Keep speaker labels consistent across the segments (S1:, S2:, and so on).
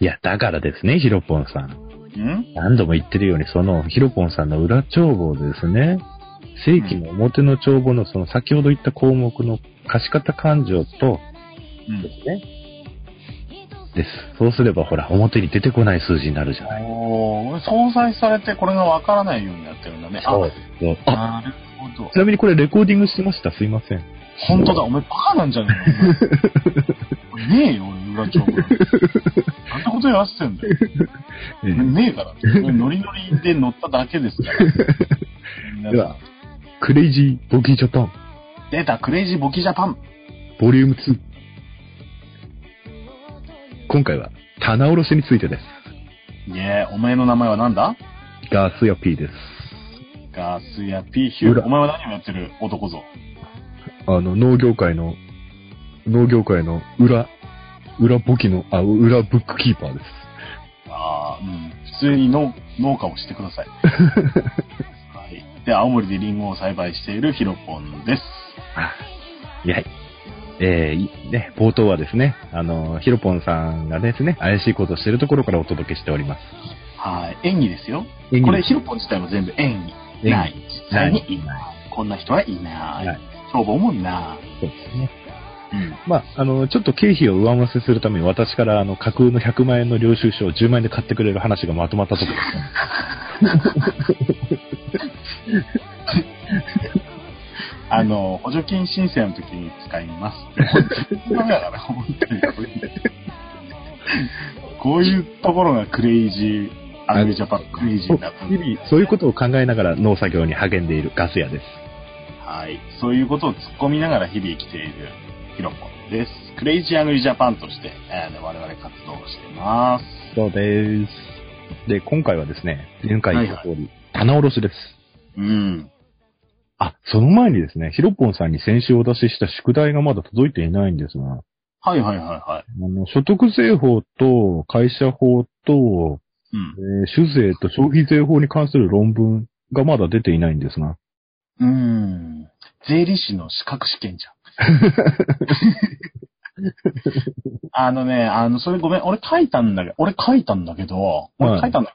S1: いや、だからですね、ヒロポンさん。
S2: ん
S1: 何度も言ってるように、そのヒロポンさんの裏帳簿ですね、正規の表の帳簿のその先ほど言った項目の貸方勘定と
S2: うん
S1: で。すね。です。そうすればほら、表に出てこない数字になるじゃない。
S2: おー相殺されてこれがわからないようになってるんだね。
S1: そうそう
S2: あ、
S1: あ、
S2: なるほど
S1: ち。なみにこれレコーディングしてました。すいません。
S2: 本当だ、お前バカなんじゃねえのお前ねえよ、俺裏帳簿なんて。あんなこと言わせてんだよ。俺ねえから。俺ノリノリで乗っただけですから。皆
S1: で
S2: さ
S1: は、クレイジーボギージャパン、
S2: ん出た、クレイジーボキジャパン。
S1: ボリューム2。今回は、棚卸しについてです。
S2: いえ、お前の名前は何だ
S1: ガースや P です。
S2: ガースやピーヒュ
S1: 裏
S2: ー。お前は何をやってる男ぞ。
S1: あの、農業界の、農業界の裏、裏簿記の、あ、裏ブックキーパーです。
S2: ああ、うん。普通に農農家をしてくださ い。はい。で、青森でリンゴを栽培しているヒロポンです。
S1: いや、えーいね、冒頭はですね、あの、ヒロポンさんがですね、怪しいことをしてるところからお届けしております。
S2: はい。演技ですよ。
S1: 演技
S2: これ、ヒロポン自体も全部演技。
S1: 演技
S2: ない。実際にいない。こんな人はいない。
S1: はい
S2: 消防もない。
S1: そうですね。
S2: うん。
S1: まあ、あの、ちょっと経費を上乗せするために私から、あの、架空の100万円の領収書を10万円で買ってくれる話がまとまったところ ですね。
S2: あの、補助金申請の時に使います。本当にダメだな、本当にこれ。こういうところがクレイジー、アグリジャパンクレイジーになったんだ
S1: 日々、そういうことを考えながら農作業に励んでいるガス屋です。
S2: はい。そういうことを突っ込みながら日々生きているヒロポンです。クレイジーアグリジャパンとして、えー我々活動をしてます。
S1: そうです。で、今回はですね、前回言った通り、棚卸しです。
S2: うん。
S1: あ、その前にですね、ヒロポンさんに先週お出しした宿題がまだ届いていないんですが、
S2: はいはいはいはい。
S1: あの、所得税法と会社法と、
S2: うん
S1: え。ー酒税と消費税法に関する論文がまだ出ていないんですが、
S2: うん。税理士の資格試験じゃ ん。あのね、あの、それごめん。俺書いたんだけど、俺書いたんだけど、
S1: は
S2: 俺
S1: い
S2: 書いたんだけ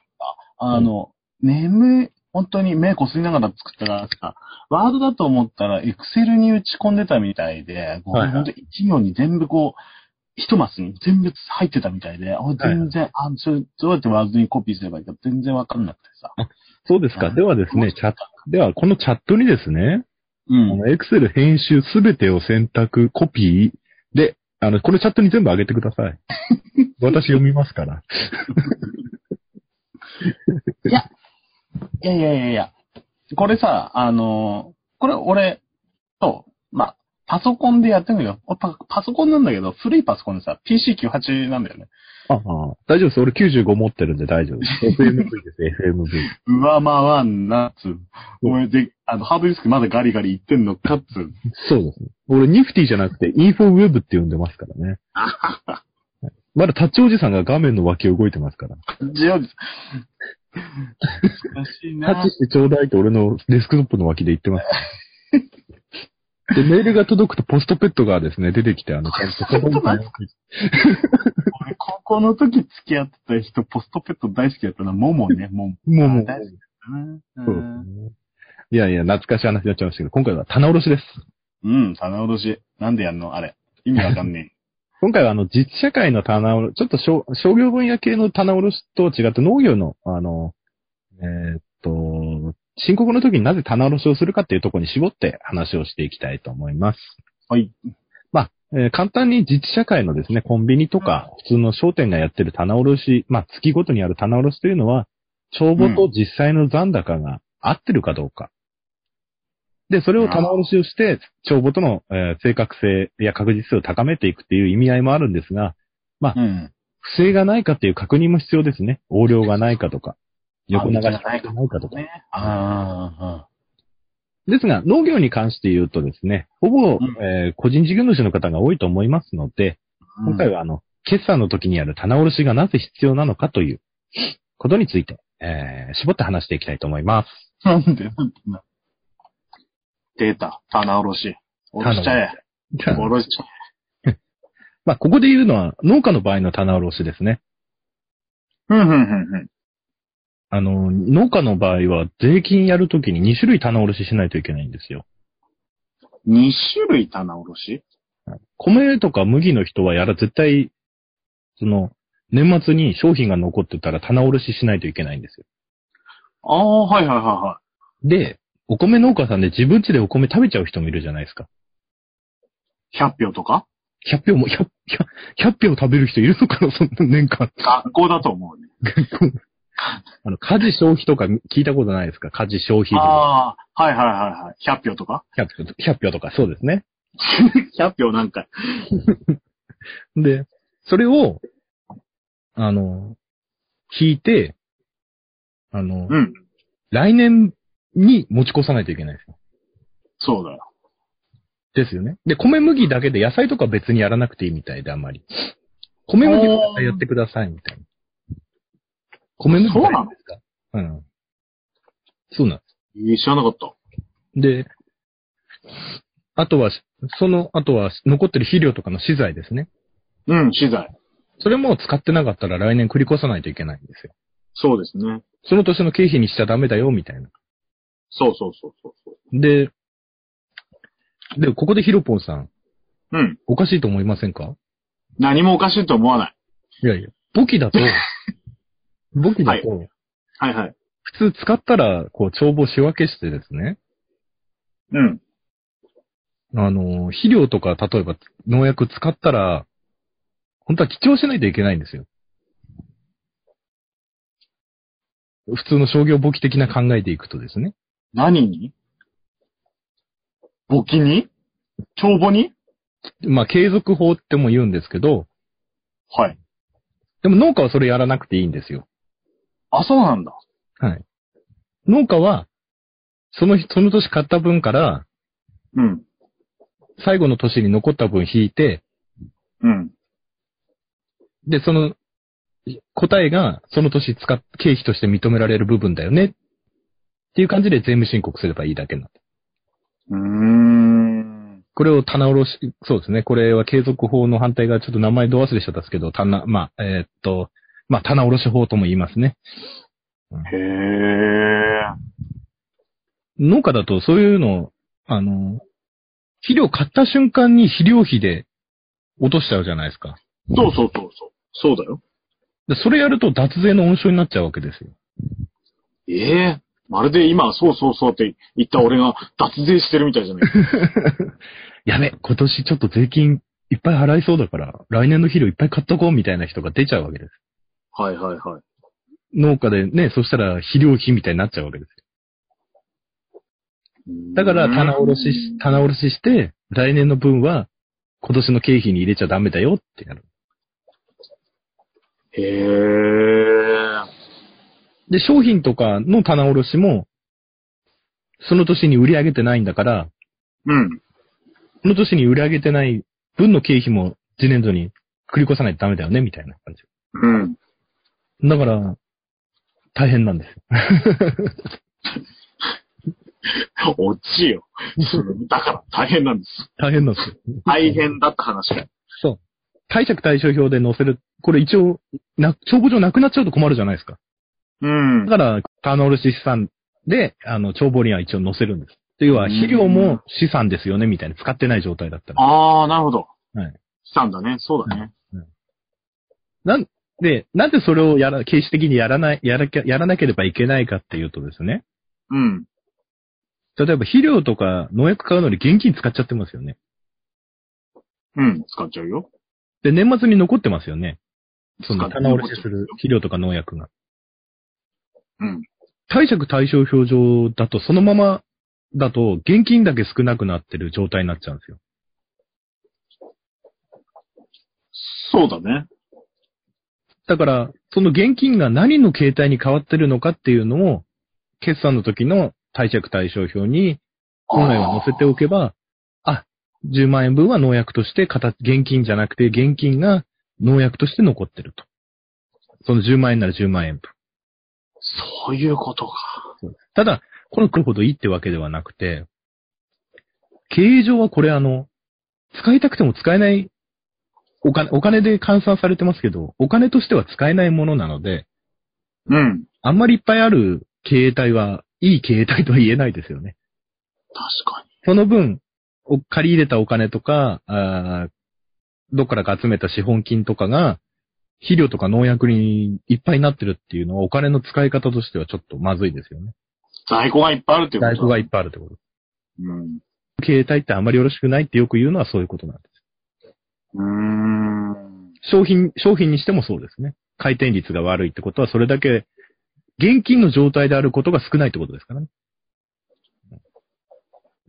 S2: どさ、あの、眠い、本当に目こすりながら作ったからさ、ワードだと思ったら、エクセルに打ち込んでたみたいで、ごめ
S1: はい
S2: ん
S1: はい
S2: 本当一行に全部こう、一マスに全部入ってたみたいで、俺全然、あ、それどうやってワードにコピーすればいいか全然わかんなくてさ。
S1: そうですか。ではですね、チャット、ではこのチャットにですね、
S2: うん
S1: あ。の、Excel 編集すべてを選択、コピーで、あの、このチャットに全部上げてくださ い。私読みますから。
S2: いやいやいやいや。これさ、あのーこれ俺と、まあ、パソコンでやってんだけど、俺パパソコンなんだけど、古いパソコンでさ、PC98 なんだよね。
S1: ああ大丈夫です。俺95持ってるんで大丈夫です。FMV です、FMV。
S2: 上回んな、つう。お前で、あの、ハードディスクまだガリガリいってんのか、つう。
S1: そうですね。俺、ニフティじゃなくて、インフォウェブって呼んでますから ね。まだタッチおじさんが画面の脇を動いてますから。
S2: ジオジ。難しい
S1: タッ
S2: な
S1: チ。してちょうだいって俺のデスクトップの脇で言 ってます。で、メールが届くとポストペットがですね、出てきて、あの、ちゃんと届いてます
S2: 俺、高校の時付き合ってた人、ポストペット大好きだったな、モモね、モモ。
S1: もうもう。
S2: 大好きだな。
S1: そうですね。いやいや、懐かしい話になっちゃいましたけど、今回は棚卸しです。
S2: うん、棚卸し。なんでやんのあれ。意味わかんねえ。
S1: 今回はあの、実社会の棚卸、ちょっと商商業分野系の棚卸しと違って農業の、あの、えーっと、申告の時になぜ棚卸しをするかっていうところに絞って話をしていきたいと思います。
S2: はい。
S1: まあ、えー簡単に実社会のですね、コンビニとか、普通の商店がやってる棚卸し、まあ、月ごとにある棚卸しというのは、帳簿と実際の残高が合ってるかどうか。で、それを棚卸しをして、帳簿との、えー正確性や確実性を高めていくっていう意味合いもあるんですが、
S2: うん。
S1: 不正がないかっていう確認も必要ですね。横領がないかとか、横流しがないかとか。
S2: ね。あ
S1: ですが、農業に関して言うとですね、ほぼ、
S2: うん
S1: えー個人事業主の方が多いと思いますので、
S2: あ。
S1: 今回
S2: は。
S1: はあの、決算の時にある棚卸しがなぜ必要なのかということについて、えー絞って話していきたいと思います。
S2: なんで、なんでな。出た。棚卸し。
S1: 棚
S2: 卸しちゃえ。卸しちゃ
S1: まあ、ここで言うのは農家の場合の棚卸しですね。
S2: うん、うん、うん、うん。
S1: あの、農家の場合は税金やるときに2種類棚卸ししないといけないんですよ。
S2: 2種類棚卸し
S1: 米とか麦の人はやら絶対、その、年末に商品が残ってたら棚卸ししないといけないんですよ。
S2: ああ、はいはいはいは
S1: で、お米農家さんで自分家でお米食べちゃう人もいるじゃないですか。
S2: い。100票とか
S1: 100票も、100、100票食べる人いるのかな、そんな年間。
S2: 学校だと思うね。
S1: あの、家事消費とか聞いたことないですか家事消費量
S2: ああ、はいはいはいはい。100票とか
S1: 100, 票100票とか、そうですね。
S2: ?100 票なんか。
S1: で、それを、あの、聞いて、あの、
S2: うん。
S1: 来年に持ち越さないといけないですよ。
S2: そうだよ。
S1: ですよね。で、米麦だけで野菜とか別にやらなくていいみたいで、あんまり。米麦は野菜やってくださいみたいな。米麦
S2: そうなの
S1: ですかうん。そうなんで
S2: いい知らなかった。
S1: す。で、あとは、その、あとは残ってる肥料とかの資材ですね。
S2: うん、資材。
S1: それも使ってなかったら来年繰り越さないといけないんですよ。
S2: そうですね。
S1: その年の経費にしちゃダメだよ、みたいな。
S2: そうそうそうそうそう。
S1: で、で、ここでヒロポンさん、
S2: うん。
S1: おかしいと思いませんか
S2: 何もおかしいと思わない。
S1: いやいや、簿記だと、簿記だと、
S2: はいはい。
S1: 普通使ったら、こう、帳簿仕分けしてですね、
S2: うん。
S1: あの、肥料とか、例えば農薬使ったら、本当は記帳しないといけないんですよ。普通の商業簿記的な考えでいくとですね。
S2: 何に簿記に帳簿に
S1: まあ、継続法っても言うんですけど、
S2: はい。
S1: でも農家はそれやらなくていいんですよ。
S2: あ、そうなんだ。
S1: はい。農家は、その日、その年買った分から、
S2: うん。
S1: 最後の年に残った分引いて、
S2: うん。
S1: で、その、答えが、その年使っ、経費として認められる部分だよね。っていう感じで税務申告すればいいだけなんで
S2: うーん。
S1: これを棚卸し、そうですね。これは継続法の反対がちょっと名前ど忘れしちゃったんですけど、棚、まあ、えーっと、まあ、棚卸し法とも言いますね。
S2: へえ。
S1: 農家だとそういうのを、あの、肥料買った瞬間に肥料費で落としちゃうじゃないですか。
S2: そうそうそうそう。そうだよ。
S1: でそれやると脱税の温床になっちゃうわけですよ。
S2: ええまるで今、そうそうそうって言った俺が脱税してるみたいじゃない。
S1: やべ、今年ちょっと税金いっぱい払いそうだから、来年の肥料いっぱい買っとこうみたいな人が出ちゃうわけです。
S2: はいはいはい。
S1: 農家でね、そしたら肥料費みたいになっちゃうわけです。だから棚卸しし、棚卸しして、来年の分は今年の経費に入れちゃダメだよってやる。
S2: へえ。
S1: で、商品とかの棚卸しも、その年に売り上げてないんだから、
S2: うん。
S1: その年に売り上げてない分の経費も次年度に繰り越さないとダメだよね、みたいな感じ。
S2: うん。
S1: だから、大変なんですよ。
S2: 落ちよ。だから大変なんです。
S1: 大変なんですよ。
S2: 大変だって話だよ。
S1: そう。貸借対照表で載せる。これ一応、な、帳簿上なくなっちゃうと困るじゃないですか。
S2: うん
S1: だ。から、棚卸資産で、あの、帳簿には一応載せるんです。要は、肥料も資産ですよね、みたいな。使ってない状態だったら。
S2: ああ、なるほど。
S1: はい。
S2: 資産だね。そうだね。
S1: なんで、なんでそれをやら、形式的にやらない、やらきゃ、やらなければいけないかっていうとですね。
S2: うん。
S1: 例えば、肥料とか農薬買うのに現金使っちゃってますよね。
S2: うん。使っちゃうよ。
S1: で、年末に残ってますよね。そ
S2: 使
S1: の、
S2: って
S1: 棚卸しする肥料とか農薬が。
S2: うん。
S1: 貸借対照表上だと、そのままだと、現金だけ少なくなってる状態になっちゃうんですよ。
S2: そうだね。
S1: だから、その現金が何の形態に変わってるのかっていうのを、決算の時の貸借対照表に、本来は載せておけば、あ、10万円分は農薬として形、現金じゃなくて、現金が農薬として残ってると。その10万円なら10万円分。
S2: そういうことか。
S1: ただ、この来るほどいいってわけではなくて、経営上はこれあの、使いたくても使えない、お金、お金で換算されてますけど、お金としては使えないものなので、
S2: うん。
S1: あんまりいっぱいある携帯は、いい携帯とは言えないですよね。
S2: 確か
S1: その分、お借り入れたお金とか、あーどっからか集めた資本金とかが、肥料とか農薬にいっぱいになってるっていうのは、お金の使い方としてはちょっとまずいですよね。
S2: に。在庫がいっぱいあるってことだ
S1: 在庫がいっぱいあるってこと。
S2: うん。
S1: 携帯ってあんまりよろしくないってよく言うのはそういうことなんで
S2: うーん。
S1: す。商品、商品にしてもそうですね。回転率が悪いってことは、それだけ、現金の状態であることが少ないってことですからね。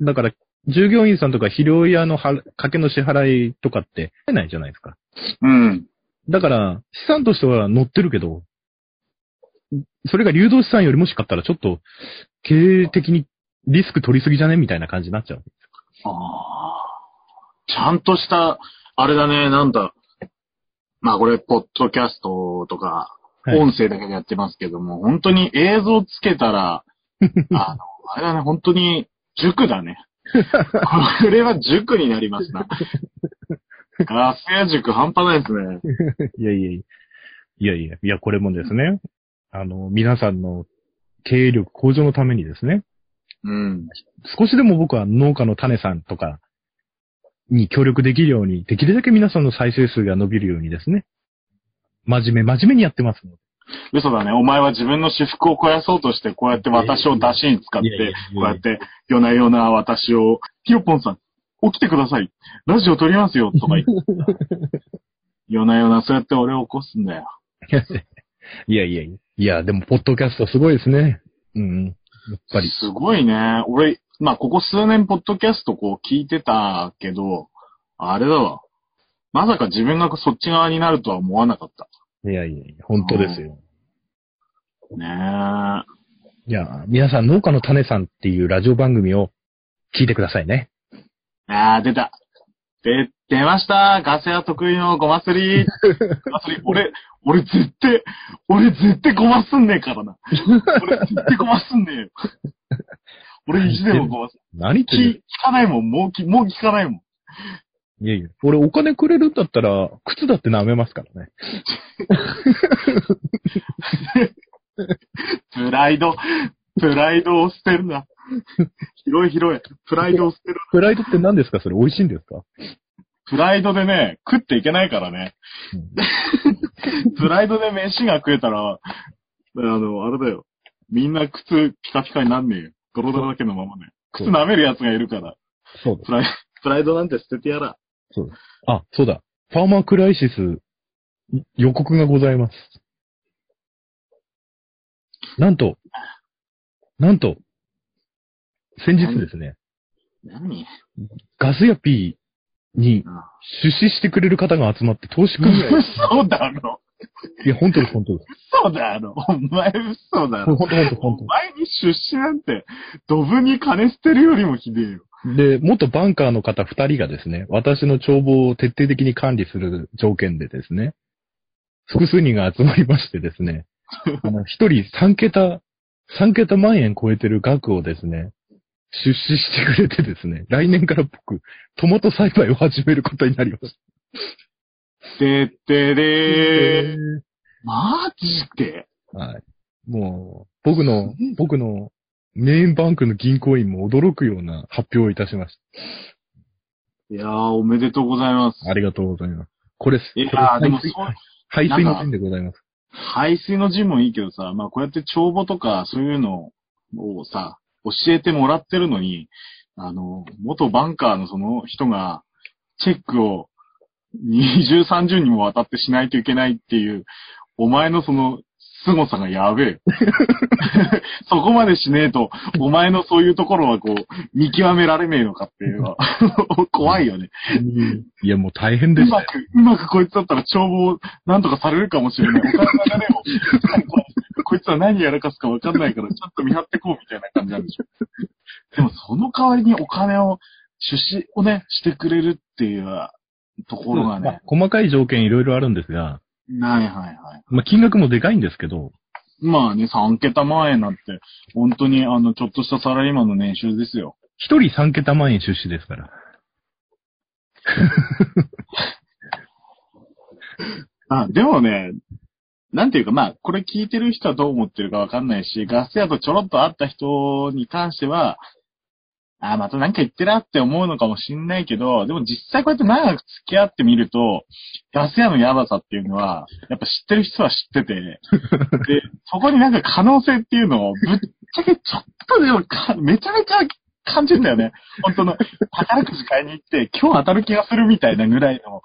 S1: だから、従業員さんとか肥料屋のは掛けの支払いとかって、えないじゃないですか。
S2: うん。
S1: だから、資産としては乗ってるけど、それが流動資産よりもしかったらちょっと、経営的にリスク取りすぎじゃねみたいな感じになっちゃう。
S2: あーちゃんとした、あれだね、なんだ。まあこれ、ポッドキャストとか、
S1: はい
S2: 音声だけでやってますけども、本当に映像つけ たら、あの、あれだね、本当に塾だね。これは塾になりますな。ガス屋塾半端ないですね。
S1: いやいやいや。いやいや、いや、これもですね、あの、皆さんの経営力向上のためにですね、
S2: うん。
S1: 少しでも僕は農家の種さんとかに協力できるように、できるだけ皆さんの再生数が伸びるようにですね、真面目、真面目にやってますので。
S2: 嘘だね。お前は自分の私服を肥やそうとして、こうやって私を出しに使って
S1: いやいやいやいや、
S2: こうやって、夜な夜な私を、ひよぽんさん、起きてください。ラジオ撮りますよ、とか言って。夜な夜なそうやって俺を起こすんだよ。
S1: いやいやいや。いや、でも、ポッドキャストすごいですね。うん。やっぱり。
S2: すごいね。俺、まあ、ここ数年、ポッドキャストこう聞いてたけど、あれだわ。まさか自分がそっち側になるとは思わなかった。
S1: いやいやいや、本当ですよ。
S2: ねえ。
S1: いや、皆さん、農家の種さんっていうラジオ番組を聞いてくださいね。
S2: あー、出た。で、出ましたガセは得意のごますり。ごますり、俺、俺絶対、俺絶対ごますんねえからな。俺絶対ごますんねえよ。俺意地でもごます。
S1: 何言って
S2: 聞
S1: る
S2: 聞かないもん、もう聞、もう聞かないもん。
S1: いやいや、俺お金くれるんだったら、靴だって舐めますからね。
S2: プライド、プライドを捨てるな。広い広い。プライドを捨てる。
S1: フライドって何ですかそれ美味しいんですか
S2: プライドでね、食っていけないからね。プライドで飯が食えたら、あの、あれだよ。みんな靴ピカピカになんねえよ。泥だらけのままね。靴舐める奴がいるから。
S1: そうです。
S2: プライ、プライドなんて捨ててやら。
S1: あ、そうだ。ファーマークライシス、い予告がございます。なんと、なんと、先日ですね、
S2: 何
S1: ガスヤピーに出資してくれる方が集まって投資家ぐらい。
S2: 嘘だろ
S1: いや、本当です、本当です。
S2: 嘘だろお前嘘
S1: 本
S2: だろ
S1: 当、本当、
S2: お
S1: 本
S2: 前に出資なんて、ドブに金捨てるよりもひでえよ。
S1: 当。で、元バンカーの方二人がですね、私の帳簿を徹底的に管理する条件でですね、複数人が集まりましてですね、あの、一人三桁、三桁万円超えてる額をですね、出資してくれてですね、来年から僕、トマト栽培を始めることになりました。
S2: てってれー。マジで
S1: はい。もう、僕の、僕のメインバンクの銀行員も驚くような発表をいたしまし
S2: いやー、おめでとうございます
S1: た。。ありがとうございます。これ、
S2: い
S1: これ
S2: やー、でもそ
S1: 排水排水
S2: う、
S1: の陣でございます。
S2: 排水の字もいいけどさ、まあこうやって帳簿とかそういうのをさ、教えてもらってるのに、あの、元バンカーのその人が、チェックを20、30にもわたってしないといけないっていう、お前のその凄さがやべえよ。そこまでしねえと、お前のそういうところはこう、見極められねえのかっていうのは、 怖いよね。
S1: いや、もう大変で
S2: う
S1: した
S2: ま
S1: よ。
S2: く、うまくこいつだったら帳簿をなんとかされるかもしれ ない。お金がね、もうこいつは何やらかすかわかんないから、ちょっと見張ってこうみたいな感じなんでしょ。でも、その代わりにお金を、出資をね、してくれるっていうところ
S1: ま
S2: がね
S1: あ、細かい条件いろいろあるんですが、
S2: ないはいはい。
S1: まあ、金額もでかいんですけど、
S2: まあね、3桁万円なんて、本当にあの、ちょっとしたサラリーマンの年収ですよ。
S1: 一人三桁万円出資ですから。
S2: あ、でもね、なんていうか、まあ、これ聞いてる人はどう思ってるかわかんないし、ガス屋とちょろっと会った人に関しては、ああ、またなんか言ってるなって思うのかもしんないけど、でも実際こうやって長く付き合ってみると、ガス屋のやばさっていうのは、やっぱ知ってる人は知ってて、で、そこになんか可能性っていうのを、ぶっちゃけちょっとでもか、めちゃめちゃ感じるんだよね。本当の、働く時間に行って、今日当たる気がするみたいなぐらいの、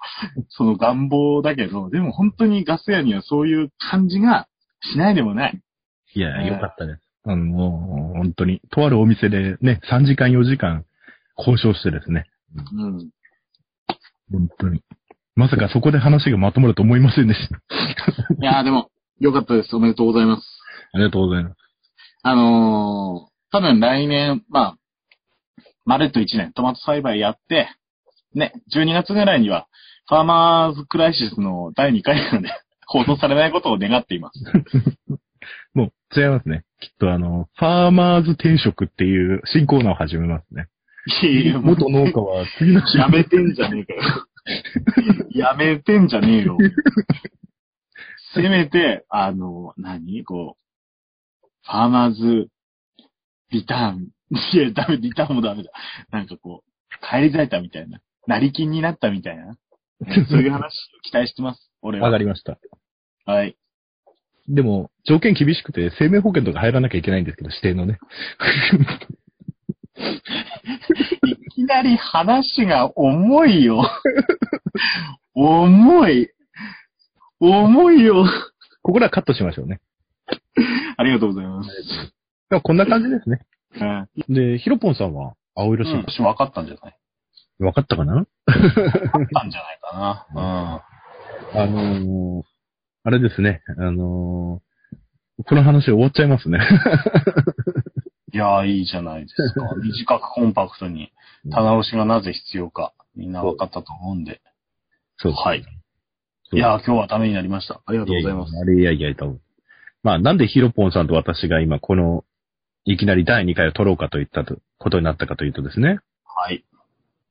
S2: その願望だけど、でも本当にガス屋にはそういう感じがしないでもない。
S1: いや、
S2: ね
S1: よかったです。あの、もう本当に、とあるお店でね、3時間4時間交渉してですね、
S2: うん。
S1: 本当に。まさかそこで話がまとまると思いませんでした。
S2: いやーでも、よかったです。おめでとうございます。
S1: ありがとうございます。
S2: あのー、多分来年、まあ、まるっと1年トマト栽培やって、ね、12月ぐらいには、ファーマーズクライシスの第2回がね、放送されないことを願っています。
S1: もう、違いますね。きっとあの、ファーマーズ転職っていう新コーナーを始めますね。
S2: いやいやもう
S1: 元農家は次の週
S2: やめてんじゃねえかよ。 やめてんじゃねえよ。せめて、あの、何こう、ファーマーズ、リターン。いや、ダメ、リターンもダメだ。なんかこう、帰り咲いたみたいな。成金になったみたいな。そういう話、期待してます。俺
S1: わ
S2: は。
S1: かりました。
S2: はい。
S1: でも、条件厳しくて、生命保険とか入らなきゃいけないんですけど、指定のね。
S2: いきなり話が重いよ。重い。重いよ。
S1: ここらはカットしましょうね。
S2: ありがとうございます。
S1: でもこんな感じですね。
S2: うん。
S1: で、ヒロポンさんは、青色新聞、
S2: 私分かったんじゃない
S1: わかったかな
S2: あったんじゃないかな。
S1: あのー、あれですね、あのー、この話終わっちゃいますね。
S2: うん。いやー、いいじゃないですか。短くコンパクトに、棚卸しがなぜ必要か、みんな分かったと思うんで。
S1: そう
S2: はい。
S1: そう
S2: いやー、今日はためになりました。ありがとうございます。
S1: あれ、いやいや、多分。まあ、なんでヒロポンさんと私が今、この、いきなり第2回を取ろうかといったとことになったかというとですね、
S2: はい。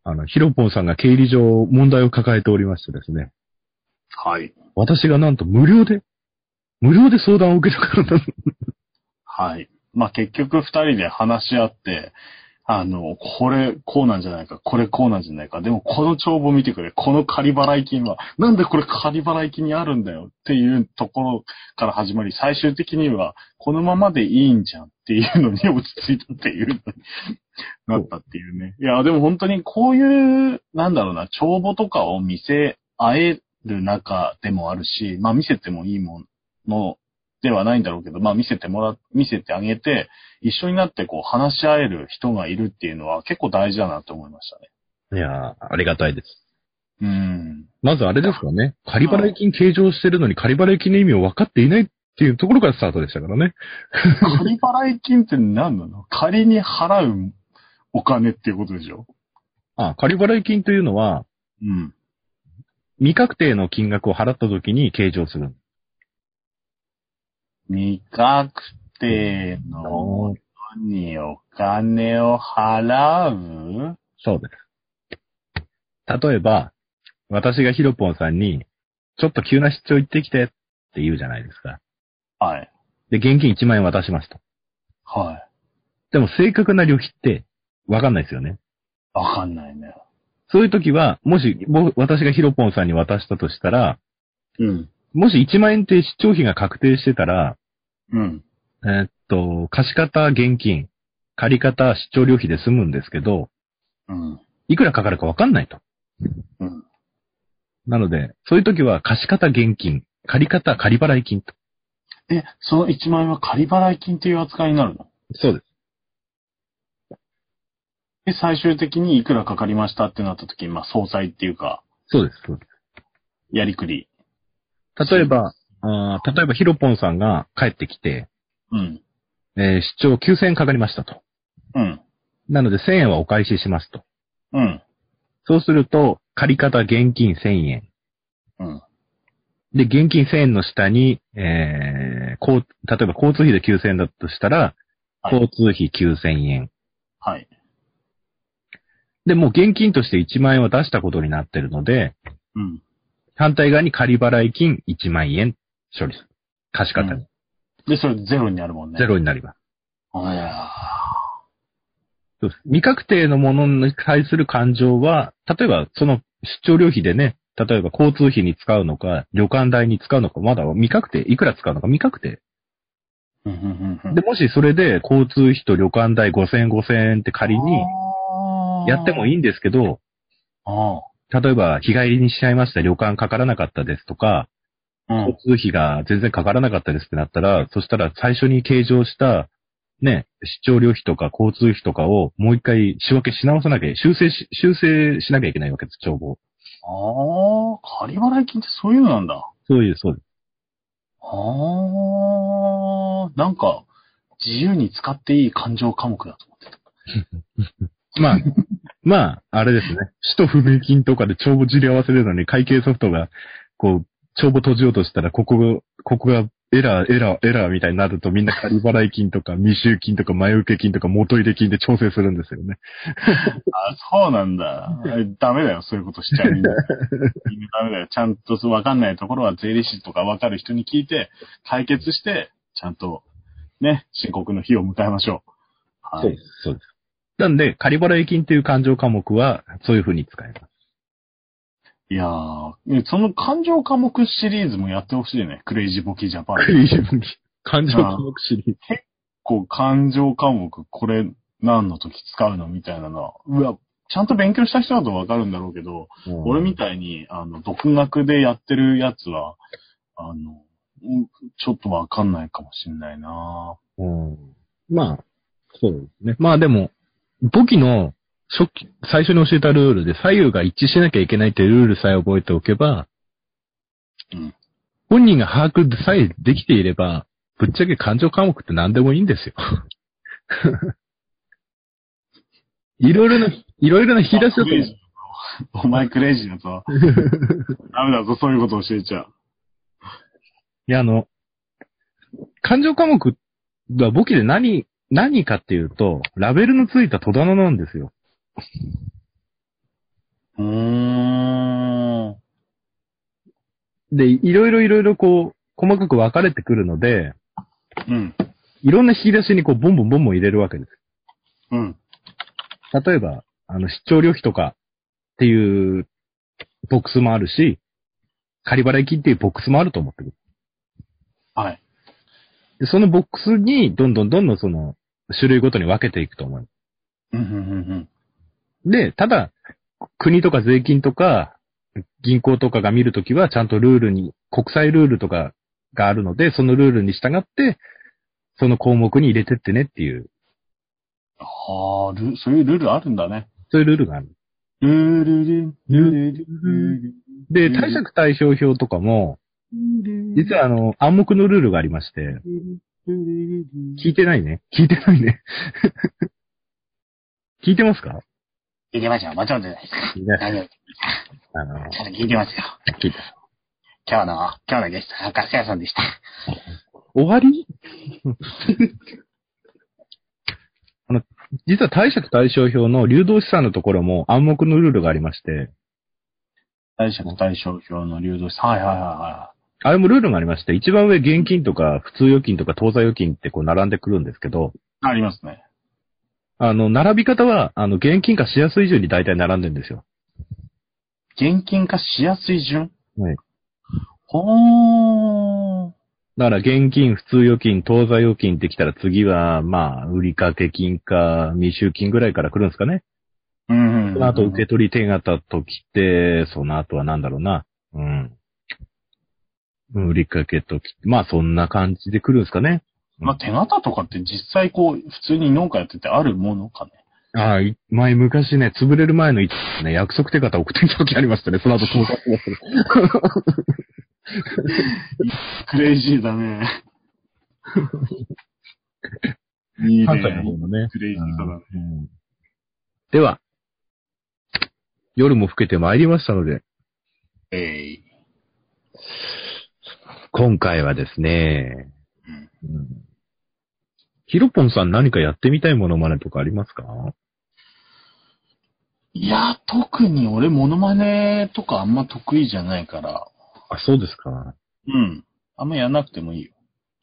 S1: あの、ヒロポンさんが経理上問題を抱えておりましてですね、
S2: はい。
S1: 私がなんと無料で、無料で相談を受けたからなんです
S2: はい。まあ、結局二人で話し合って、あの、これこうなんじゃないか、これこうなんじゃないか、でもこの帳簿見てくれ、この仮払い金は、なんでこれ仮払い金にあるんだよっていうところから始まり、最終的には、このままでいいんじゃんっていうのに 落ち着いたっていうのになったっていうね。いや、でも本当にこういう、なんだろうな、帳簿とかを見せ合える中でもあるし、まあ見せてもいいものではないんだろうけど、まあ見せてもら、見せてあげて、一緒になってこう話し合える人がいるっていうのは結構大事だなと思いましたね。
S1: いやー、ありがたいです。
S2: うん。
S1: まずあれですよね。仮払い金計上してるのに仮払い金の意味を分かっていないっていうところからスタートでしたからね。
S2: 仮払い金って何なの仮に払うお金っていうことでしょ
S1: あ、仮払い金というのは、
S2: うん。
S1: 未確定の金額を払った時に計上する。
S2: 未確定のにお金を払う
S1: そうです。例えば、私がヒロポンさんに、ちょっと急な出張行ってきてって言うじゃないですか。
S2: はい。
S1: で、現金1万円渡しました。
S2: はい。
S1: でも正確な旅費って分かんないですよね。
S2: わかんないね。
S1: そういう時は、もし僕私がヒロポンさんに渡したとしたら、
S2: うん。
S1: もし1万円って出張費が確定してたら、
S2: うん。
S1: えーっと、貸方現金、借方出張旅費で済むんですけど、
S2: うん。
S1: いくらかかるか分かんないと。
S2: うん。
S1: なので、そういう時は貸方現金、借方借払い金と。
S2: え、その1万円は仮払い金っていう扱いになるの
S1: そうです。
S2: で、最終的にいくらかかりましたってなった時に、まあ、総裁っていうか、
S1: そうです。そうで
S2: やりくり。
S1: す例えば、あー例えばヒロポンさんが帰ってきて、
S2: うん。
S1: えー出張9000円かかりましたと。
S2: うん。
S1: なので1000円はお返ししますと。
S2: うん。
S1: そうすると、借方現金1000円。
S2: うん。
S1: で、現金1000円の下に、えー、こう、例えば交通費で9000円だとしたら、
S2: はい
S1: 交通費9000円。
S2: はい。
S1: で、もう現金として1万円は出したことになってるので、
S2: うん。
S1: 反対側に仮払い金1万円処理する。貸方に。
S2: で、それゼロになるもんね。
S1: ゼ。ロになります。
S2: あいや
S1: そうです。未確定のものに対する感情は、例えばその出張旅費でね、例えば交通費に使うのか、旅館代に使うのか、まだ未確定、いくら使うのか未確定。
S2: ー。うんうんうんうん
S1: で、もしそれで交通費と旅館代5000円5000円って仮にやってもい
S2: い。
S1: いんですけど、
S2: あ
S1: 例えば日帰りにしちゃいました、旅館かからなかったですとか、
S2: あ。うん。
S1: 交通費が全然かからなかったですってなったら、そしたら最初に計上した、ね、出張旅費とか交通費とかをもう一回仕分けし直さなきゃ、修正し、修正しなきゃいけないわけです、帳簿を。
S2: ああ、仮払い金ってそういうのなんだ。
S1: そういう、そうです。
S2: ああ、なんか、自由に使っていい感情科目だと思ってた。
S1: まあ、まあ、あれですね。使途不明金とかで帳簿じり合わせるのに会計ソフトが、こう、帳簿閉じようとしたら、ここが、ここがエラー、エラー、エラーみたいになるとみんな仮払い金とか未収金とか前受け金とか元入れ金で調整するんですよね。
S2: あそうなんだ。ダメだよ、そういうことしちゃうみんな。みんなダメだよ。ちゃんとわかんないところは税理士とかわかる人に聞いて、解決して、ちゃんと、ね、申告の日を迎えましょう。はい。
S1: す、そうです。なんで、仮払い金という勘定科目は、そういうふうに使 えます。
S2: いやー、その感情科目シリーズもやってほしいね。クレイジーボキジャパン。 結
S1: 勘定科目シリーズ。
S2: 構感情科目、これ何の時使うのみたいなのは。うわ、ちゃんと勉強した人だとわかるんだろうけど、俺みたいに、あの、独学でやってるやつは、あの、うんちょっとわかんないかもしんないな
S1: うんまあ、そうですね。まあでも、簿記の初期、最初に教えたルールで左右が一致しなきゃいけないというルールさえ覚えておけば、
S2: うん
S1: 本人が把握さえできていれば、ぶっちゃけ感情科目って何でもいいんですよ。 いろいろな、いろいろな引き出しだと
S2: クレイジーだぞお前クレイジーだ ぞ。 ダメだぞ、そういうこと教えちゃう。
S1: いや、あの、感情科目は簿記で何、何かっていうと、ラベルのついた戸棚なんですよ。
S2: うーん。
S1: で、いろいろいろいろこう、細かく分かれてくるので、
S2: うん。
S1: いろんな引き出しにこう、ボンボンボンボン入れるわけです。
S2: うん。
S1: 例えば、あの、出張旅費とかっていうボックスもあるし、仮払い金っていうボックスもあると思ってる。
S2: はい。
S1: で、そのボックスに、どんどんどんどんその、種類ごとに分けていくと思う。
S2: うん、うん、うん、うん。
S1: で、ただ、国とか税金とか、銀行とかが見るときは、ちゃんとルールに、国際ルールとかがあるので、そのルールに従って、その項目に入れてってねっていう、
S2: ああ、ルそういうルールあるんだね。
S1: そういうルールがある。
S2: ルールルン、ルールルン、
S1: で、
S2: うん
S1: 貸借対照表とかも、実はあの、暗黙のルールがありまして、聞いてないね。聞いてないね。 聞いてますか
S2: 聞いてますよ。もちろんじゃないですか。
S1: 聞いてない
S2: 大丈夫。
S1: あの、
S2: ちゃんと聞いてますよ。
S1: 聞いて
S2: 今日の、今日のゲストはガス屋さんでした。
S1: 終わり あの、実は貸借対照表の流動資産のところも暗黙のルールがありまして、
S2: 対借対象表の流動資産。はいはいはいは
S1: あれもルールがありまして、一番上現金とか普通預金とか当座預金ってこう並んでくるんですけど、
S2: い。ありますね。
S1: あの、並び方は、あの、現金化しやすい順に大体並んでるんですよ。
S2: 現金化しやすい順
S1: はい。
S2: ほー。
S1: だから現金、普通預金、当座預金ってきたら次は、まあ、売掛金か、未収金ぐらいから来るんですかね。
S2: うん。
S1: その後受け取り手形と来て、その後はなんだろうな。うん。うん売掛と来て、まあそんな感じで来るんですかね。
S2: まあ、手形とかって実際こう、普通に農家やっててあるものかね。
S1: ああ、い前昔ね、潰れる前の一ね、約束手形送ってきた時ありましたね。その後当座
S2: クレイジーだね。 い い
S1: 関西の方
S2: ね。
S1: のね。
S2: クレイジーさだね。
S1: うんでは、夜も更けてまいりましたので、
S2: えい。
S1: 今回はですね
S2: うん、
S1: うんヒロポンさん何かやってみたいものまねとかありますか
S2: いや、特に俺、モノマネとかあんま得意じゃないから、
S1: あ、そうですか。
S2: うん。あんまやんなくてもいいよ。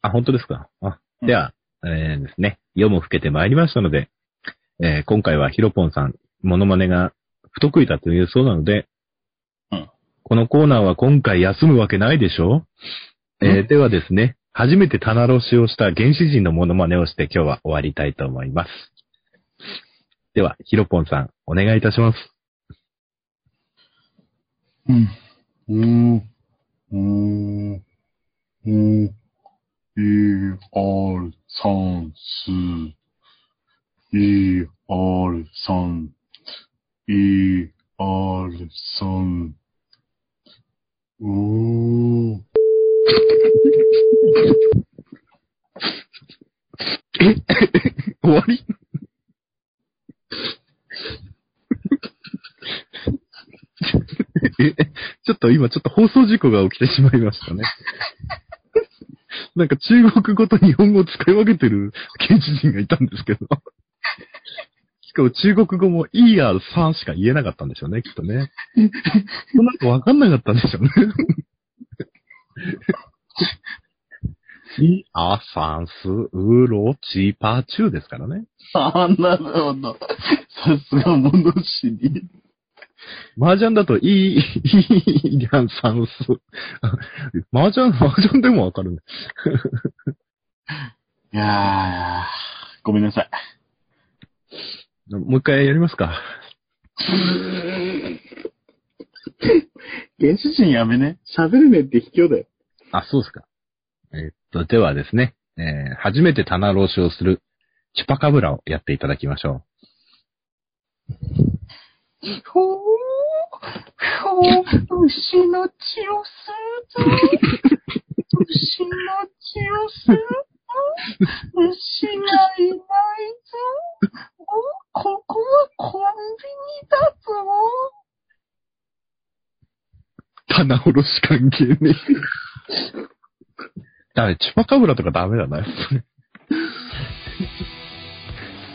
S1: あ、本当ですか。あ、では、えーですね、夜も更けてまいりましたので、えー今回はヒロポンさん、モノマネが不得意だというそうなので、
S2: うん
S1: このコーナーは今回休むわけないでしょえー
S2: うん
S1: ではですね、初めて棚卸しをした原始人のモノマネをして今日は終わりたいと思います。では、ヒロポンさん、お願いいたします。
S2: うん。うん。うん。うん。E, R, 三、四。E, R, 三。E, R, 三。うー。
S1: 終わり えちょっと今ちょっと放送事故が起きてしまいましたね。なんか中国語と日本語を使い分けてる現地人がいたんですけど。しかも中国語も ER3 しか言えなかったんでしょうね、きっとね。なんかわかんなかったんでしょうね。い、あ、さんす、うろ、ち、ぱ、ちゅうですからね。
S2: ああ、なるほど。さすが、物知り。
S1: 麻雀だと、いい、いい、りゃん、さんす。麻雀、麻雀でもわかるね。
S2: いやー、ごめんなさい。
S1: もう一回やりますか。
S2: 原始人やめね。喋るねって卑怯だよ。
S1: あ、そうですか。えっと、ではですね、えー初めて棚卸しをする、チュパカブラをやっていただきましょう。
S2: ほう、ほう、牛の血を吸うぞ。牛の血を吸うぞ。牛がいないぞ。お、ここはコンビニだぞ。
S1: 棚卸し関係ねえ。ダメ、チュパカブラとかダメだな、やっぱり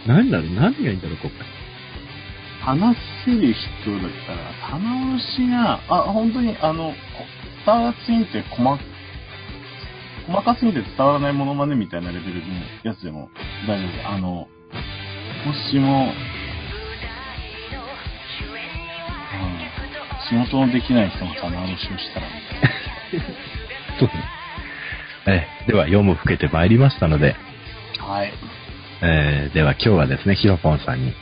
S1: 何だろう何がいいんだろう、今回。
S2: 話せる人だから、棚卸しが、あ、本当にあの、伝わすぎて細、細かすぎて伝わらないものまねみたいなレベルのやつでも大丈夫です。あの、もしも、うん、仕事のできない人の棚卸しをしたら、
S1: そうですね。えーでは、夜も更けてまいりましたので、
S2: はい。
S1: えーでは今日はですね、ヒロポンさんに、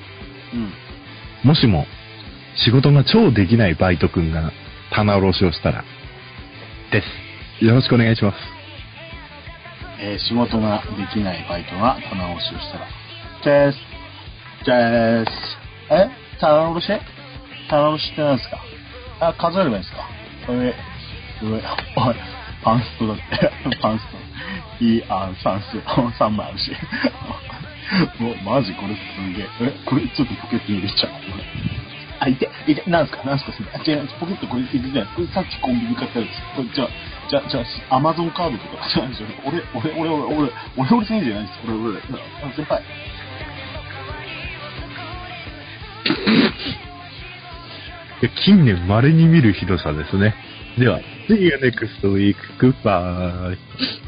S2: うん。
S1: もしも仕事が超できないバイト君が棚卸しをしたら、です。よろしくお願いします。
S2: えー仕事ができないバイトが棚卸しをしたら、です。です。え棚卸し棚卸しって何ですかあ、数えればいいんですか上、上、おい、パンストだって、 パンスト。いい、あ、三数、 三枚あるし。もう、マジこれすげえ。え、これちょっとポケットに入れちゃおう。これあ、いて、いて、なんすか、なんすか、すみませんあ違う、ポケットこれ、いてない。これさっきコンビニ買ったやつ。これ、じゃあ、じゃあ、じゃあ、アマゾンカードとか、じゃあ、じゃあ俺、俺、俺、俺、俺、俺、俺、先生じゃないです。俺、俺、あ先輩。
S1: 近年稀に見るひどさですね。では、See you next week. Goodbye.